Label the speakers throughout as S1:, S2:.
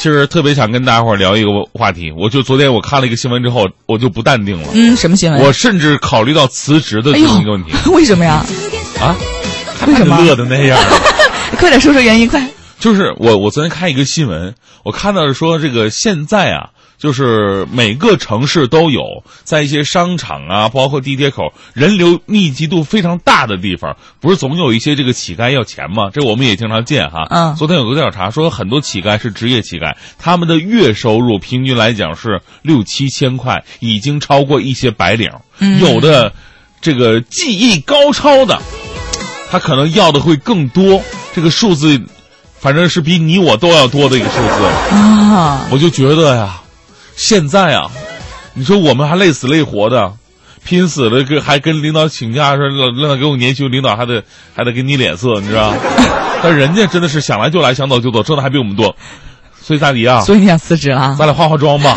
S1: 其实特别想跟大家伙儿聊一个话题。我就昨天我看了一个新闻之后，我就不淡定了，
S2: 嗯，什么新闻？
S1: 我甚至考虑到辞职的
S2: 哎
S1: 这
S2: 呦
S1: 么一个问题。，
S2: 为什么呀？
S1: 啊，
S2: 哎为什么
S1: 乐的那样？
S2: 快点说说原因，快！
S1: 就是我我昨天看一个新闻，我看到是说这个现在啊，就是每个城市都有在一些商场啊，包括地铁口人流密集度非常大的地方，不是总有一些这个乞丐要钱吗？这我们也经常见哈。
S2: 嗯
S1: 昨天有个调查说，很多乞丐是职业乞丐，他们的月收入平均来讲是六七千块，已经超过一些白领，
S2: 嗯
S1: 有的这个技艺高超的。他可能要的会更多，这个数字，反正是比你我都要多的一个数字。
S2: 啊，
S1: 我就觉得呀，现在啊，你说我们还累死累活的，拼死了跟还跟领导请假说领领导给我年休，领导还得还得给你脸色，你知 道？但人家真的是想来就来，想走就走，挣的还比我们多。所以大迪啊，
S2: 所以你想辞职了啊？
S1: 咱俩化化妆 吧。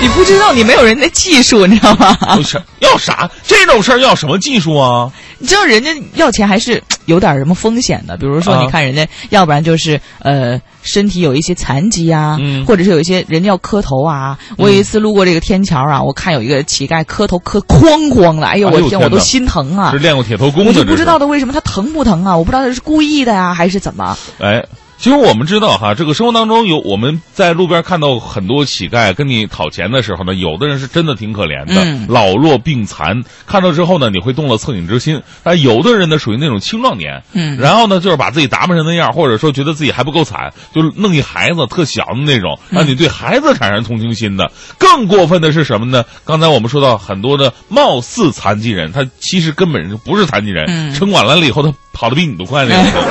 S2: 你不知道你没有人的技术，你知道吗
S1: 我？想要啥？这种事儿要什么技术啊？
S2: 你知道人家要钱还是有点什么风险的，比如说
S1: 啊
S2: 你看人家，要不然就是呃身体有一些残疾啊，
S1: 嗯
S2: 或者是有一些人家要磕头啊。我有一次路过这个天桥啊，我看有一个乞丐磕头磕哐哐的，哎呦
S1: 哎呦
S2: 我天，我
S1: 天哪
S2: 都心疼啊
S1: 是！练过铁头功
S2: 我
S1: 的，
S2: 就
S1: 这
S2: 不知
S1: 是
S2: 道他为什么他疼不疼啊？我不知道他是故意的呀、还是怎么？
S1: 哎，其实我们知道哈，这个生活当中有我们在路边看到很多乞丐跟你讨钱的时候呢，有的人是真的挺可怜的，
S2: 嗯
S1: 老弱病残，看到之后呢，你会动了恻隐之心。但有的人呢，属于那种青壮年，
S2: 嗯
S1: 然后呢，就是把自己打扮成那样，或者说觉得自己还不够惨，就弄一孩子特小的那种，
S2: 嗯
S1: 让你对孩子产生同情心的。更过分的是什么呢？刚才我们说到很多的貌似残疾人，他其实根本就不是残疾人，
S2: 嗯
S1: 城管来了以后，他跑得比你都快 那种。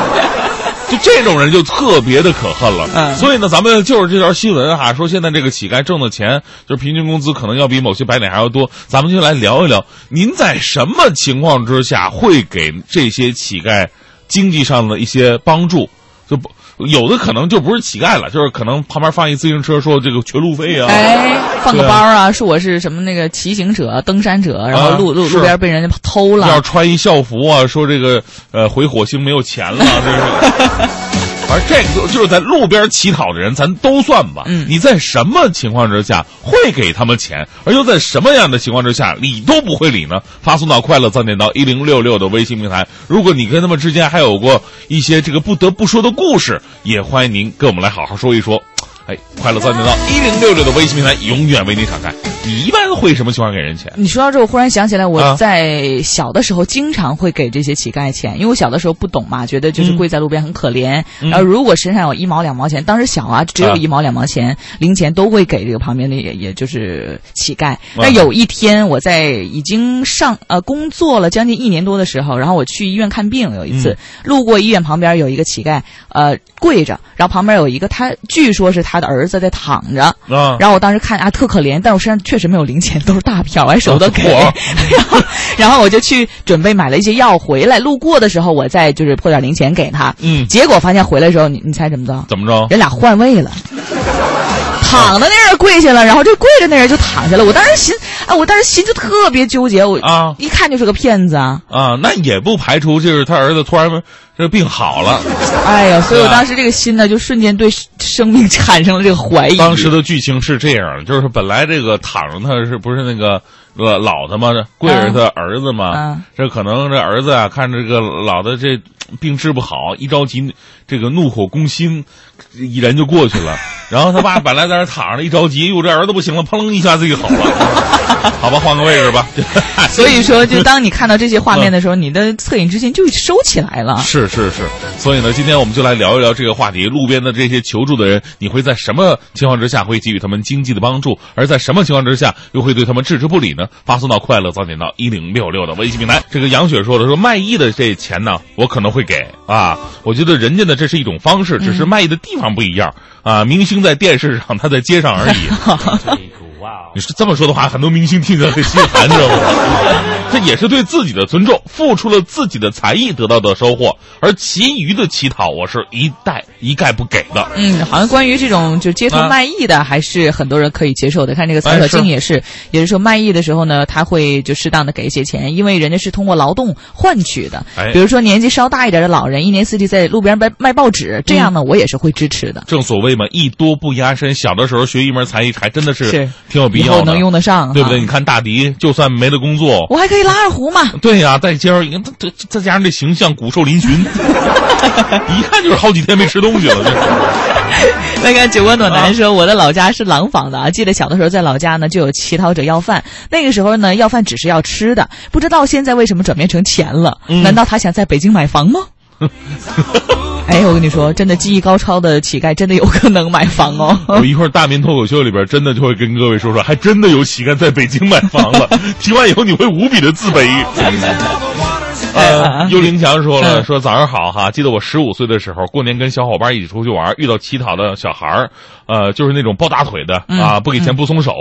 S1: 就这种人就特别的可恨了。
S2: 嗯
S1: 所以呢，咱们就是这条新闻哈、说现在这个乞丐挣的钱，就是平均工资可能要比某些白领还要多。咱们就来聊一聊，您在什么情况之下会给这些乞丐经济上的一些帮助？就不有的可能就不是乞丐了，就是可能旁边放一自行车，说这个全路费啊。
S2: 哎，放个
S1: 对
S2: 包啊，说我是什么那个骑行者、登山者，然后
S1: 啊
S2: 路路
S1: 是
S2: 路边被人家偷了
S1: 要，穿一校服啊，说这个呃回火星没有钱 了，这是。反正这个就就是在路边乞讨的人，咱都算吧。
S2: 嗯
S1: 你在什么情况之下会给他们钱，而又在什么样的情况之下理都不会理呢？发送到快乐早点到一零六六的微信平台。如果你跟他们之间还有过一些这个不得不说的故事，也欢迎您跟我们来好好说一说。哎，快乐早点到一零六六的微信平台永远为您敞开。你一般会什么情况给人钱？
S2: 你说到这，我忽然想起来，
S1: 啊
S2: 我在小的时候经常会给这些乞丐钱，因为我小的时候不懂嘛，觉得就是
S1: 嗯
S2: 跪在路边很可怜。然后如果身上有一毛两毛钱，当时小啊，只有
S1: 啊
S2: 一毛两毛钱、零钱都会给这个旁边的也也就是乞
S1: 啊
S2: 丐。那有一天我在已经上呃工作了将近一年多的时候，然后我去医院看病，有一次、
S1: 嗯
S2: 路过医院旁边有一个乞丐，呃跪着，然后旁边有一个他据说是他的儿子在躺着，
S1: 啊，
S2: 然后我当时看啊特可怜，但我身上确实没有零钱，都是大票，我还舍不得给。
S1: 啊
S2: 然后，然后我就去准备买了一些药回来，路过的时候我再就是破点零钱给他。
S1: 嗯，
S2: 结果发现回来的时候，你你猜怎么着？
S1: 怎么着？
S2: 人俩换位了。躺的那人跪下了，然后这跪着那人就躺下了。我当时心，哎，我当时心就特别纠结，我
S1: 啊
S2: 一看就是个骗子啊！
S1: 啊，那也不排除就是他儿子突然这病好了，
S2: 哎呀，所以我
S1: 对啊
S2: 当时这个心呢，就瞬间对生命产生了这个怀疑。
S1: 当时的剧情是这样的，就是本来这个躺着他是不是那个呃老的嘛，跪着他儿子嘛，
S2: 嗯
S1: 这可能这儿子啊看这个老的这病治不好，一着急这个怒火攻心，一人就过去了。然后他爸本来在那躺着，一着急，哟这儿子不行了，砰一下自己好了，好吧，换个位置吧。
S2: 所以说，就当你看到这些画面的时
S1: 嗯
S2: 候，你的恻隐之心就收起来了。
S1: 是是是，所以呢，今天我们就来聊一聊这个话题。路边的这些求助的人，你会在什么情况之下会给予他们经济的帮助？而在什么情况之下又会对他们置之不理呢？发送到快乐早点到一零六六的微信平台。这个杨雪说了，说卖艺的这钱呢，我可能会给啊。我觉得人家呢，这是一种方式，只是卖艺的地方不一样啊。明星在电视上，他在街上而已。
S3: 哇哦
S1: 你是这么说的话，很多明星听着会心寒，知道 吗？这也是对自己的尊重，付出了自己的才艺得到的收获，而其余的乞讨，我是一概一概不给的。
S2: 嗯，好像关于这种就街头卖艺的，还是很多人可以接受的。看这个曹
S1: 哎
S2: 可
S1: 是
S2: 敬也是，也是说卖艺的时候呢，他会就适当的给一些钱，因为人家是通过劳动换取的
S1: 哎。
S2: 比如说年纪稍大一点的老人，一年四季在路边卖卖报纸，这
S1: 嗯
S2: 样呢，我也是会支持的。
S1: 正所谓嘛，艺多不压身。小的时候学一门才艺，还真的是
S2: 是
S1: 挺有必
S2: 以
S1: 要
S2: 后
S1: 的，
S2: 能用得啊上，
S1: 对不对？
S2: 哈
S1: 你看大迪，就算没了工作，
S2: 我还可以拉二胡嘛。
S1: 对呀、在街上，你看他这再加上这形象骨瘦嶙 峋，一看就是好几天没吃东西了。这
S2: 那个酒窝暖
S1: 啊
S2: 男说，我的老家是廊坊的啊，记得小的时候在老家呢，就有乞讨者要饭。那个时候呢，要饭只是要吃的，不知道现在为什么转变成钱了？
S1: 嗯
S2: 难道他想在北京买 房吗？哎，我跟你说，真的技艺高超的乞丐，真的有可能买房哦。
S1: 我一会儿大明脱口秀里边真的就会跟各位说说，还真的有乞丐在北京买房 了。听完以后你会无比的自卑。
S2: 哎
S1: 呃，
S2: 嗯
S1: 幽灵强说了，
S2: 嗯
S1: 说早上好哈，记得我十五岁的时候，过年跟小伙伴一起出去玩，遇到乞讨的小孩儿，呃，就是那种抱大腿的
S2: 嗯
S1: 啊，不给钱不松手，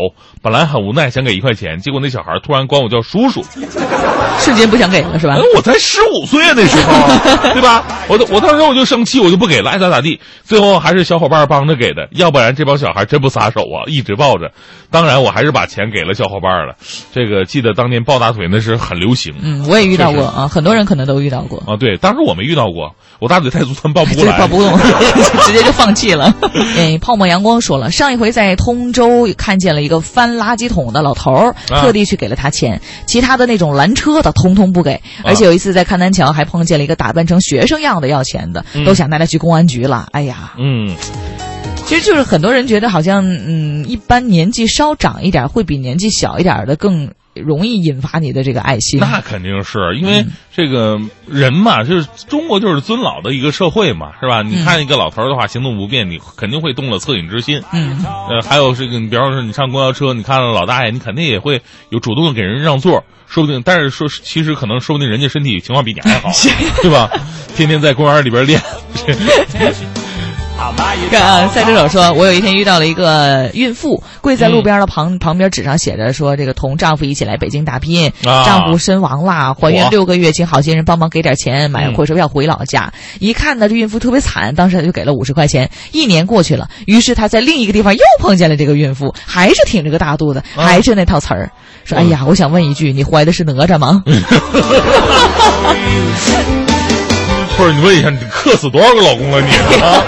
S1: 本来很无奈想给一块钱，结果那小孩儿突然管我叫叔叔，
S2: 瞬间不想给了是吧
S1: 哎？，我才十五岁啊，那时 候，对吧？我我当时我就生气，我就不给了，爱咋咋地。最后还是小伙伴帮着给的，要不然这帮小孩真不撒手啊，一直抱着。当然，我还是把钱给了小伙伴了。这个记得当年抱大腿那是很流行
S2: 嗯，我也遇到
S1: 确
S2: 过啊，很多人可能都遇到过，
S1: 啊，对，当时我没遇到过，我大腿太粗，他们抱不过
S2: 对，
S1: 来。
S2: 抱 不动，直接就放弃了。哎，泡沫阳光说了，上一回在通州看见了一个翻垃圾桶的老头儿，
S1: 啊
S2: 特地去给了他钱，其他的那种拦车的通通不给。
S1: 啊
S2: 而且有一次在看南桥还碰见了一个打扮成学生样的要钱的，
S1: 嗯
S2: 都想带他去公安局了。哎呀，
S1: 嗯，
S2: 其实就是很多人觉得好像，嗯，一般年纪稍长一点会比年纪小一点的更容易引发你的这个爱心。
S1: 那肯定是因
S2: 嗯
S1: 为这个人嘛，就是中国就是尊老的一个社会嘛，是吧？你
S2: 嗯
S1: 看一个老头儿的话，行动不便，你肯定会动了恻隐之心。
S2: 嗯，
S1: 呃，还有这个，你比方说你上公交车，你看到老大爷，你肯定也会有主动的给人让座，说不定，但是说其实可能说不定人家身体情况比你还好，对吧？天天在公园里边练，
S2: 看啊，赛车手说，我有一天遇到了一个孕妇，跪在路边的旁、嗯旁边纸上写着说，这个同丈夫一起来北京打拼，
S1: 啊
S2: 丈夫身亡啦，怀
S1: 哇
S2: 孕六个月，请好心人帮忙给点钱买
S1: 嗯
S2: 火车票回老家。一看呢，这孕妇特别惨，当时他就给了五十块钱。一年过去了，于是他在另一个地方又碰见了这个孕妇，还是挺着个大肚子，
S1: 啊
S2: 还是那套词儿，说，哎呀，我想问一句，你怀的是哪吒吗？
S1: 或者你问一下，你克死多少个老公了你 啊？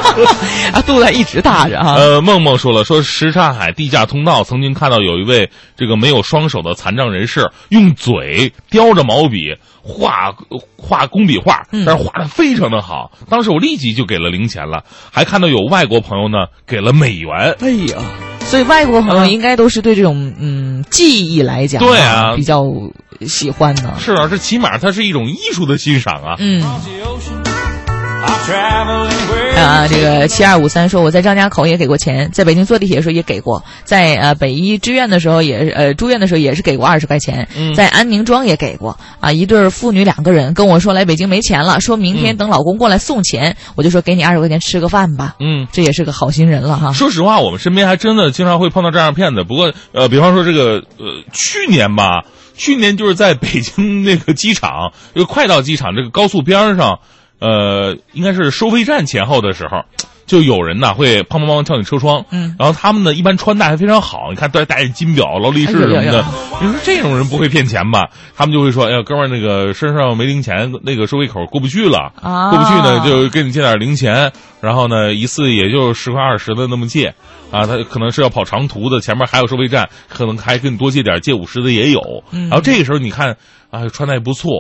S2: 啊，肚子还一直大着啊。
S1: 呃，梦梦说了，说什刹海地下通道曾经看到有一位这个没有双手的残障人士，用嘴叼着毛笔画画工笔画，但
S2: 嗯
S1: 是画的非常的好。当时我立即就给了零钱了，还看到有外国朋友呢给了美元。
S2: 哎呀，所以外国朋友应该都是对这种嗯技艺来
S1: 嗯
S2: 讲，
S1: 对啊
S2: 比较喜欢的。
S1: 是啊，这起码它是一种艺术的欣赏啊。
S2: 嗯，
S3: I'm traveling where
S2: 啊，这个七二五三说我在张家口也给过钱，在北京坐地铁的时候也给过，在呃北医支院的时候也呃住院的时候也是给过二十块钱，
S1: 嗯
S2: 在安宁庄也给过啊。一对儿父女两个人跟我说来北京没钱了，说明
S1: 嗯
S2: 天等老公过来送钱，我就说给你二十块钱吃个饭吧，
S1: 嗯。
S2: 这也是个好心人了哈。
S1: 说实话，我们身边还真的经常会碰到这样的骗子。不过，呃，比方说这个，呃，去年吧，去年就是在北京那个机场，这个快到机场这个高速边儿上，呃，应该是收费站前后的时候，就有人呐会砰砰砰敲你车窗。
S2: 嗯
S1: 然后他们呢，一般穿戴还非常好，你看戴戴着金表、劳力士什么
S2: 哎呦呦
S1: 的
S2: 呦。
S1: 你说这种人不会骗钱吧？他们就会说：“哎呀，哥们儿，那个身上没零钱，那个收费口过不去了。”
S2: 啊
S1: 过不去呢，就给你借点零钱，然后呢，一次也就十块二十的那么借，啊，他可能是要跑长途的，前面还有收费站，可能还跟你多借点，借五十的也有。
S2: 嗯
S1: 然后这个时候你看啊，穿戴不错，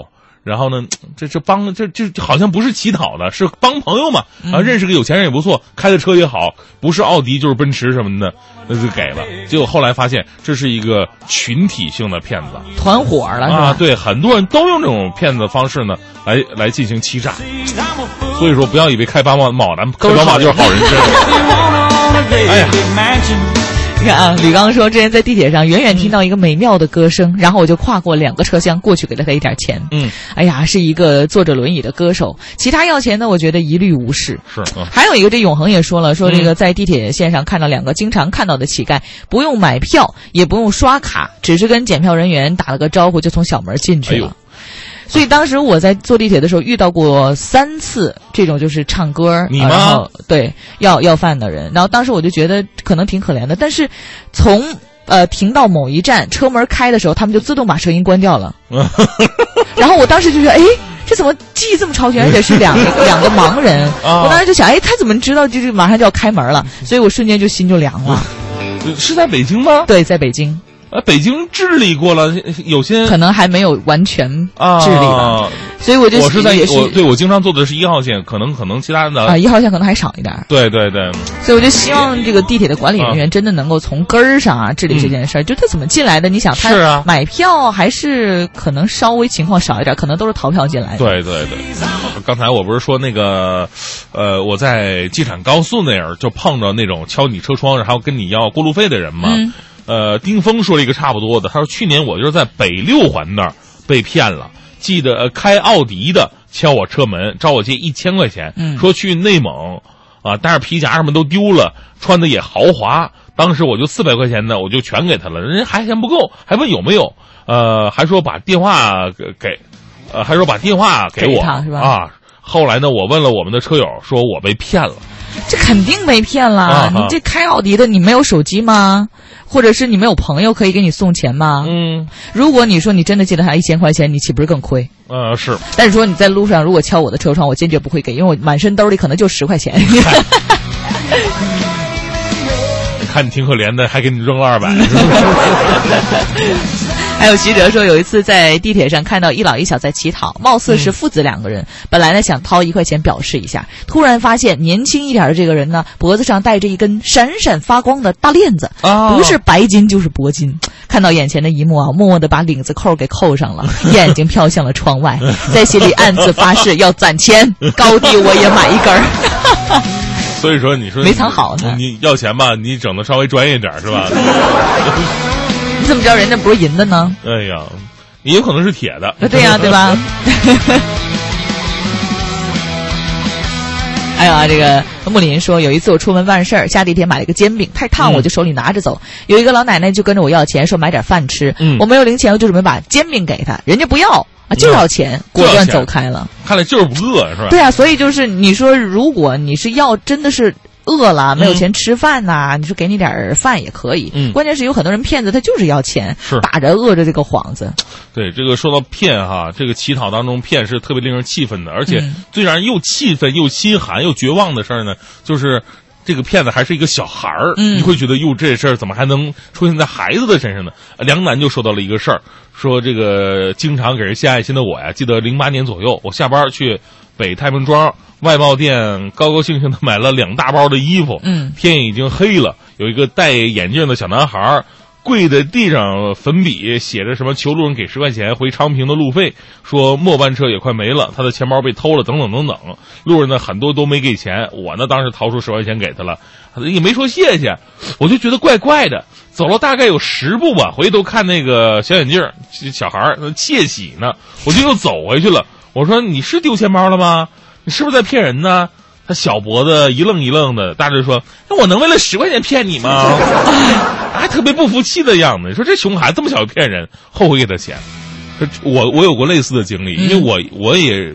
S1: 然后呢，这这帮这这这好像不是乞讨的，是帮朋友嘛，
S2: 嗯
S1: 然后认识个有钱人也不错，开的车也好，不是奥迪就是奔驰什么的，那就给了。结果后来发现这是一个群体性的骗子
S2: 团伙了是吧？
S1: 啊，对，很多人都用这种骗子方式呢来来进行欺诈。
S3: seas I'm a fool
S1: 所以说，不要以为开宝马、宝马，开
S2: 都是
S1: 宝马
S2: 好
S1: 就是
S2: 人
S1: 好人，真的
S3: They want on a
S1: Aya.
S3: big mansion
S2: 你看 啊，吕刚说之前在地铁上远远听到一个美妙的歌声，然后我就跨过两个车厢过去给了他一点钱。
S1: 嗯，
S2: 哎呀，是一个坐着轮椅的歌手，其他要钱的我觉得一律无视。
S1: 是 啊，
S2: 还有一个，这永恒也说了，说这
S1: 嗯
S2: 个在地铁线上看到两个经常看到的乞丐，不用买票，也不用刷卡，只是跟检票人员打了个招呼，就从小门进去了。
S1: 哎呦
S2: 所以当时我在坐地铁的时候遇到过三次这种就是唱歌儿，
S1: 你
S2: 呃
S1: 吗
S2: 然后对要要饭的人，然后当时我就觉得可能挺可怜的，但是从呃停到某一站车门开的时候，他们就自动把声音关掉了，
S1: 嗯
S2: 然后我当时就觉得哎。这怎么记忆这么超前，而且 是两两个盲人？
S1: 啊嗯
S2: 我当时就想，哎，他怎么知道就是马上就要开门了？所以我瞬间就心就凉 了。
S1: 是在北京吗？
S2: 对，在北京
S1: 啊，北京治理过了，有些
S2: 可能还没有完全治理
S1: 嗯啊，
S2: 吧，所以我就
S1: 我是在
S2: 也
S1: 我对呃我经常坐的是一号线，可能可能其他的、
S2: 啊，一号线可能还少一点儿。
S1: 对对对，
S2: 所以我就希望这个地铁的管理
S1: 啊
S2: 人员真的能够从根儿上啊治理这件事儿。就他怎么进来的？你想，
S1: 嗯是啊
S2: 他买票还是可能稍微情况少一点，可能都是逃票进来的。
S1: 对对对，刚才我不是说那个，呃，我在机场高速那儿就碰着那种敲你车窗，然后跟你要过路费的人嘛。
S2: 嗯
S1: 呃，丁峰说了一个差不多的，他说去年我就是在北六环那儿被骗了，记得、呃、开奥迪的敲我车门，找我借一千块钱，
S2: 嗯
S1: 说去内蒙啊，但是皮夹什么都丢了，穿的也豪华。当时我就四百块钱呢，我就全给他了，人家还嫌不够，还问有没有，呃，还说把电话给给，呃，还说把电话给
S2: 给
S1: 我
S2: 他是吧
S1: 啊。后来呢，我问了我们的车友，说我被骗了。
S2: 这肯定被骗啦！
S1: 啊
S2: 你这开奥迪的，你没有手机吗？或者是你没有朋友可以给你送钱吗？
S1: 嗯，
S2: 如果你说你真的借了他一千块钱，你岂不是更亏？
S1: 呃，是，
S2: 但是说你在路上如果敲我的车窗，我坚决不会给，因为我满身兜里可能就十 块钱。
S1: 看你挺可怜的，还给你扔了二百。
S2: 还有记者说，有一次在地铁上看到一老一小在乞讨，貌似是父子两个人。本来呢想掏一块钱表示一下，突然发现年轻一点的这个人呢，脖子上戴着一根闪闪发光的大链子，
S1: 哦
S2: 不是白金就是铂金。看到眼前的一幕啊，默默地把领子扣给扣上 了，眼睛飘向了窗外，在心里暗自发誓要攒 钱，高低我也买一根儿。
S1: 所以说，你说
S2: 没藏好呢
S1: 你要钱吧，你整的稍微专业点儿是 吧？
S2: 你怎么知道人家不是银的呢？
S1: 哎呀，也有可能是铁的。
S2: 对呀、对？ 吧？还有啊，这个木林说，有一次我出门办事儿，下地铁买了个煎饼，太烫，
S1: 嗯
S2: 我就手里拿着走。有一个老奶奶就跟着我要钱，说买点饭吃。
S1: 嗯
S2: 我没有零钱，我就准备把煎饼给她，人家不要啊，就要钱，果断走开了。
S1: 看来就是不饿是吧？
S2: 对啊，所以就是你说，如果你是要真的是。饿了没有钱吃饭呐、你说给你点儿饭也可以。
S1: 嗯
S2: 关键是有很多人骗子，他就是要钱，
S1: 是
S2: 打着饿着这个幌子。
S1: 对，这个说到骗哈，这个乞讨当中骗是特别令人气愤的，而且
S2: 嗯
S1: 最让人又气愤又心寒又绝望的事儿呢，就是这个骗子还是一个小孩儿，
S2: 嗯
S1: 你会觉得哟，这事儿怎么还能出现在孩子的身上呢？呃梁楠就说到了一个事儿，说这个经常给人献爱心的我呀，记得零八年左右，我下班去北太平庄外贸店，高高兴兴的买了两大包的衣服，
S2: 嗯
S1: 天已经黑了，有一个戴眼镜的小男孩儿跪在地上，粉笔写着什么“求路人给十块钱回昌平的路费”，说末班车也快没了，他的钱包被偷了，等等等等。路人呢很多都没给钱，我呢当时掏出十块钱给他了，也没说谢谢，我就觉得怪怪的。走了大概有十步吧，回头看那个小眼镜儿小孩儿窃喜呢，我就又走回去了。我说：“你是丢钱包了吗？你是不是在骗人呢？”他小脖子一愣一愣的，大致说：“那我能为了十块钱骗你吗？”哎还特别不服气的样子。你说这熊孩子这么小就骗人，后悔给他钱。可我我有过类似的经
S2: 嗯
S1: 历，因为我我也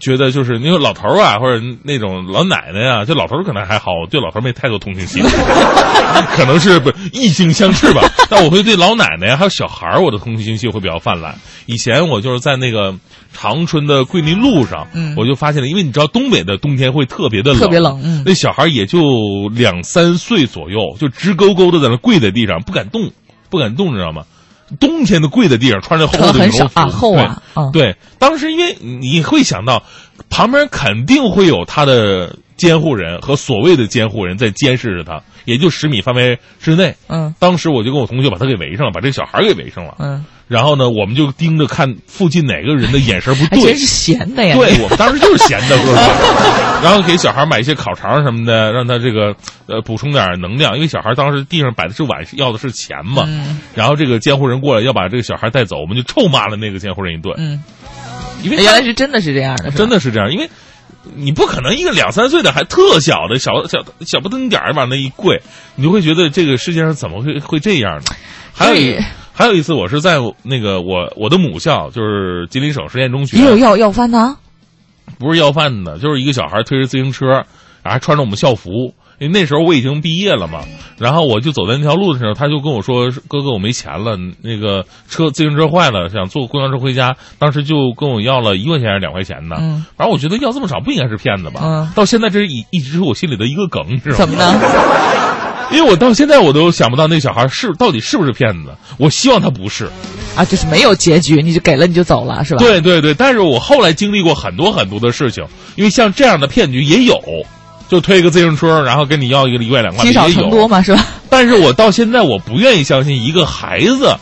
S1: 觉得就是那个老头儿啊，或者那种老奶奶啊，这老头儿可能还好，我对老头儿没太多同情 心，可能是不异性相斥吧。但我会对老奶奶还有小孩儿，我的同情心会比较泛滥。以前我就是在那个长春的桂林路上，
S2: 嗯
S1: 我就发现了，因为你知道东北的冬天会特别的冷，
S2: 特别冷嗯
S1: 那小孩儿也就两三岁左右，就直勾勾的在那跪在地上，不敢动，不敢动，你知道吗？冬天的跪在地上，穿着厚厚的
S2: 很
S1: 羽绒
S2: 少
S1: 服，
S2: 啊，厚啊，
S1: 对
S2: 嗯，
S1: 对，当时因为你会想到，旁边肯定会有他的监护人和所谓的监护人在监视着他，也就十米范围之内。
S2: 嗯
S1: 当时我就跟我同学把他给围上了，把这个小孩给围上了。
S2: 嗯。
S1: 然后呢，我们就盯着看附近哪个人的眼神不
S2: 还
S1: 对
S2: 哎真，是闲的呀。
S1: 对我们当时就是闲的， 说实话。然后给小孩买一些烤肠什么的，让他这个呃补充点能量，因为小孩当时地上摆的是碗，要的是钱嘛。
S2: 嗯
S1: 然后这个监护人过来要把这个小孩带走，我们就臭骂了那个监护人一顿，
S2: 嗯，
S1: 因为
S2: 原来是真的是这样的，是吧
S1: 真的是这样，因为。你不可能一个两三岁的还特小的小小小不登点儿往那一跪，你就会觉得这个世界上怎么会会这样呢？还有一
S2: 对
S1: 还有一次，我是在那个我我的母校就是啊吉林省实验中学，
S2: 也有要要饭的，啊
S1: 不是要饭的，就是一个小孩推着自行车，然后还穿着我们校服。因为那时候我已经毕业了嘛，然后我就走在那条路的时候，他就跟我说：“哥哥，我没钱了，那个车自行车坏了，想坐公交车回家。”当时就跟我要了一块钱还是两块钱呢。
S2: 嗯
S1: 反正我觉得要这么少不应该是骗子吧。
S2: 嗯
S1: 到现在这是一一直是我心里的一个梗，你知道吗？
S2: 怎么呢？
S1: 因为我到现在我都想不到那小孩是到底是不是骗子。我希望他不是。
S2: 啊，就是没有结局，你就给了你就走了，是吧？
S1: 对对对，但是我后来经历过很多很多的事情，因为像这样的骗局也有，就推个自行车，然后跟你要一个一块两块
S2: 积
S1: 的
S2: 少
S1: 也
S2: 成多
S1: 有。
S2: 嘛，是吧？
S1: 但是我到现在我不愿意相信一个孩子，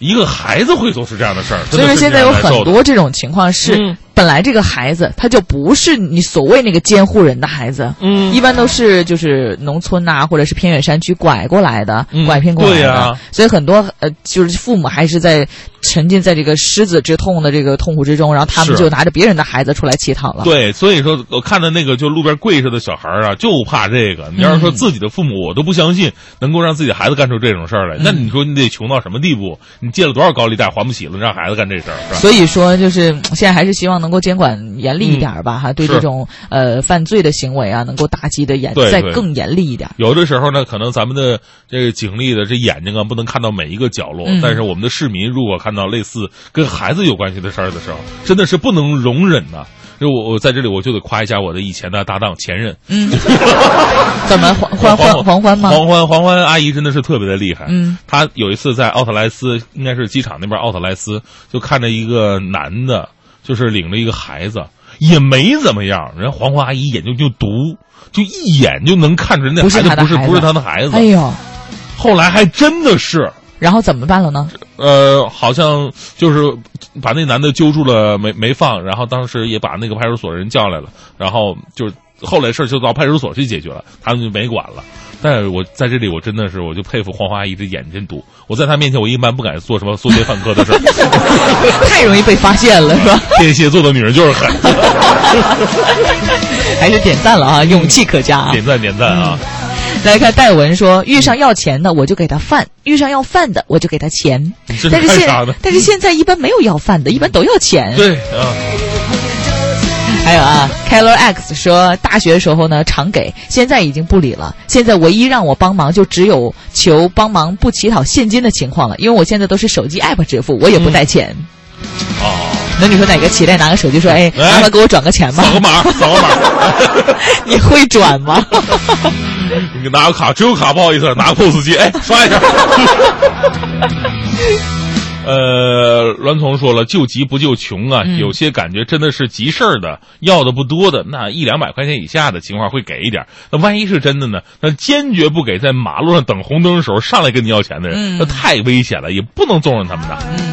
S1: 一个孩子会做出这样的事儿。
S2: 所
S1: 真
S2: 以说
S1: 的是
S2: 现在
S1: 令
S2: 有
S1: 人难
S2: 很
S1: 受的
S2: 多这种情况是，
S1: 嗯
S2: 本来这个孩子他就不是你所谓那个监护人的孩子，
S1: 嗯
S2: 一般都是就是农村呐、或者是偏远山区拐过来的，
S1: 嗯
S2: 拐骗过来的。
S1: 对呀
S2: 所以很多呃，就是父母还是在沉浸在这个失子之痛的这个痛苦之中，然后他们
S1: 是
S2: 就拿着别人的孩子出来乞讨了。
S1: 对，所以说我看到那个就路边跪着的小孩儿啊，就怕这个。你要是说
S2: 嗯
S1: 自己的父母，我都不相信能够让自己的孩子干出这种事儿来。那你说你得穷到什么地步？你借了多少高利贷还不起了，让孩子干这事儿是吧？
S2: 所以说，就是嗯现在还是希望能够监管严厉一点儿吧，哈、
S1: 嗯
S2: 对
S1: 是
S2: 这种呃犯罪的行为啊，能够打击的严
S1: 对
S2: 再
S1: 对
S2: 更严厉一点儿。
S1: 有的时候呢，可能咱们的这个警力的这眼睛啊，不能看到每一个角落。
S2: 嗯
S1: 但是我们的市民如果看到类似跟孩子有关系的事儿的时候，真的是不能容忍呐、就我我在这里我就得夸一下我的以前的搭档前任
S2: 嗯，怎么黄欢欢黄欢吗？
S1: 黄欢黄欢阿姨真的是特别的厉害。
S2: 嗯，
S1: 她有一次在奥特莱斯，应该是机场那边奥特莱斯，就看着一个男的，就是领着一个孩子，也没怎么样。人家黄欢阿姨眼睛就毒，就一眼就能看出人家
S2: 不是
S1: 孩子
S2: 她的
S1: 不是
S2: 孩
S1: 不是
S2: 子
S1: 她的孩子。
S2: 哎呦，
S1: 后来还真的是，
S2: 然后怎么办了呢？
S1: 呃，好像就是把那男的揪住了，没没放，然后当时也把那个派出所人叫来了，然后就是后来事儿就到派出所去解决了，他们就没管了。但是我在这里，我真的是我就佩服黄花阿姨这眼睛毒。我在她面前，我一般不敢做什么缩街犯科的事儿。
S2: 太容易被发现了，是吧？
S1: 天蝎座的女人就是狠，
S2: 还是点赞了啊，勇气可嘉啊！
S1: 点赞点赞啊！
S2: 来看戴文说，遇上要钱的我就给他饭，遇上要饭的我就给他钱。
S1: 你这
S2: 但
S1: 是
S2: 是
S1: 干
S2: 现
S1: 啥呢？
S2: 但是现在一般没有要饭的，一般都要钱。
S1: 对啊，
S2: 还有啊，Keller X 说，大学时候呢常给，现在已经不理了。现在唯一让我帮忙就只有求帮忙不乞讨现金的情况了，因为我现在都是手机 app 支付，我也不带钱。
S1: 哦，
S2: 那你说哪个乞丐拿个手机说，哎，
S1: 哎
S2: 麻烦给我转个钱吧
S1: 扫？个码，扫个码。
S2: 你会转吗？
S1: 你拿个卡，只有卡，不好意思，拿个 POS 机，哎，刷一下。 呃，栾彤说了，救急不救穷啊，
S2: 嗯
S1: 有些感觉真的是急事儿的，要的不多的，那一两百块钱以下的情况会给一点儿。那万一是真的呢？那坚决不给在马路上等红灯的时候上来跟你要钱的人，
S2: 嗯
S1: 那太危险了，也不能纵容他们的。
S2: 嗯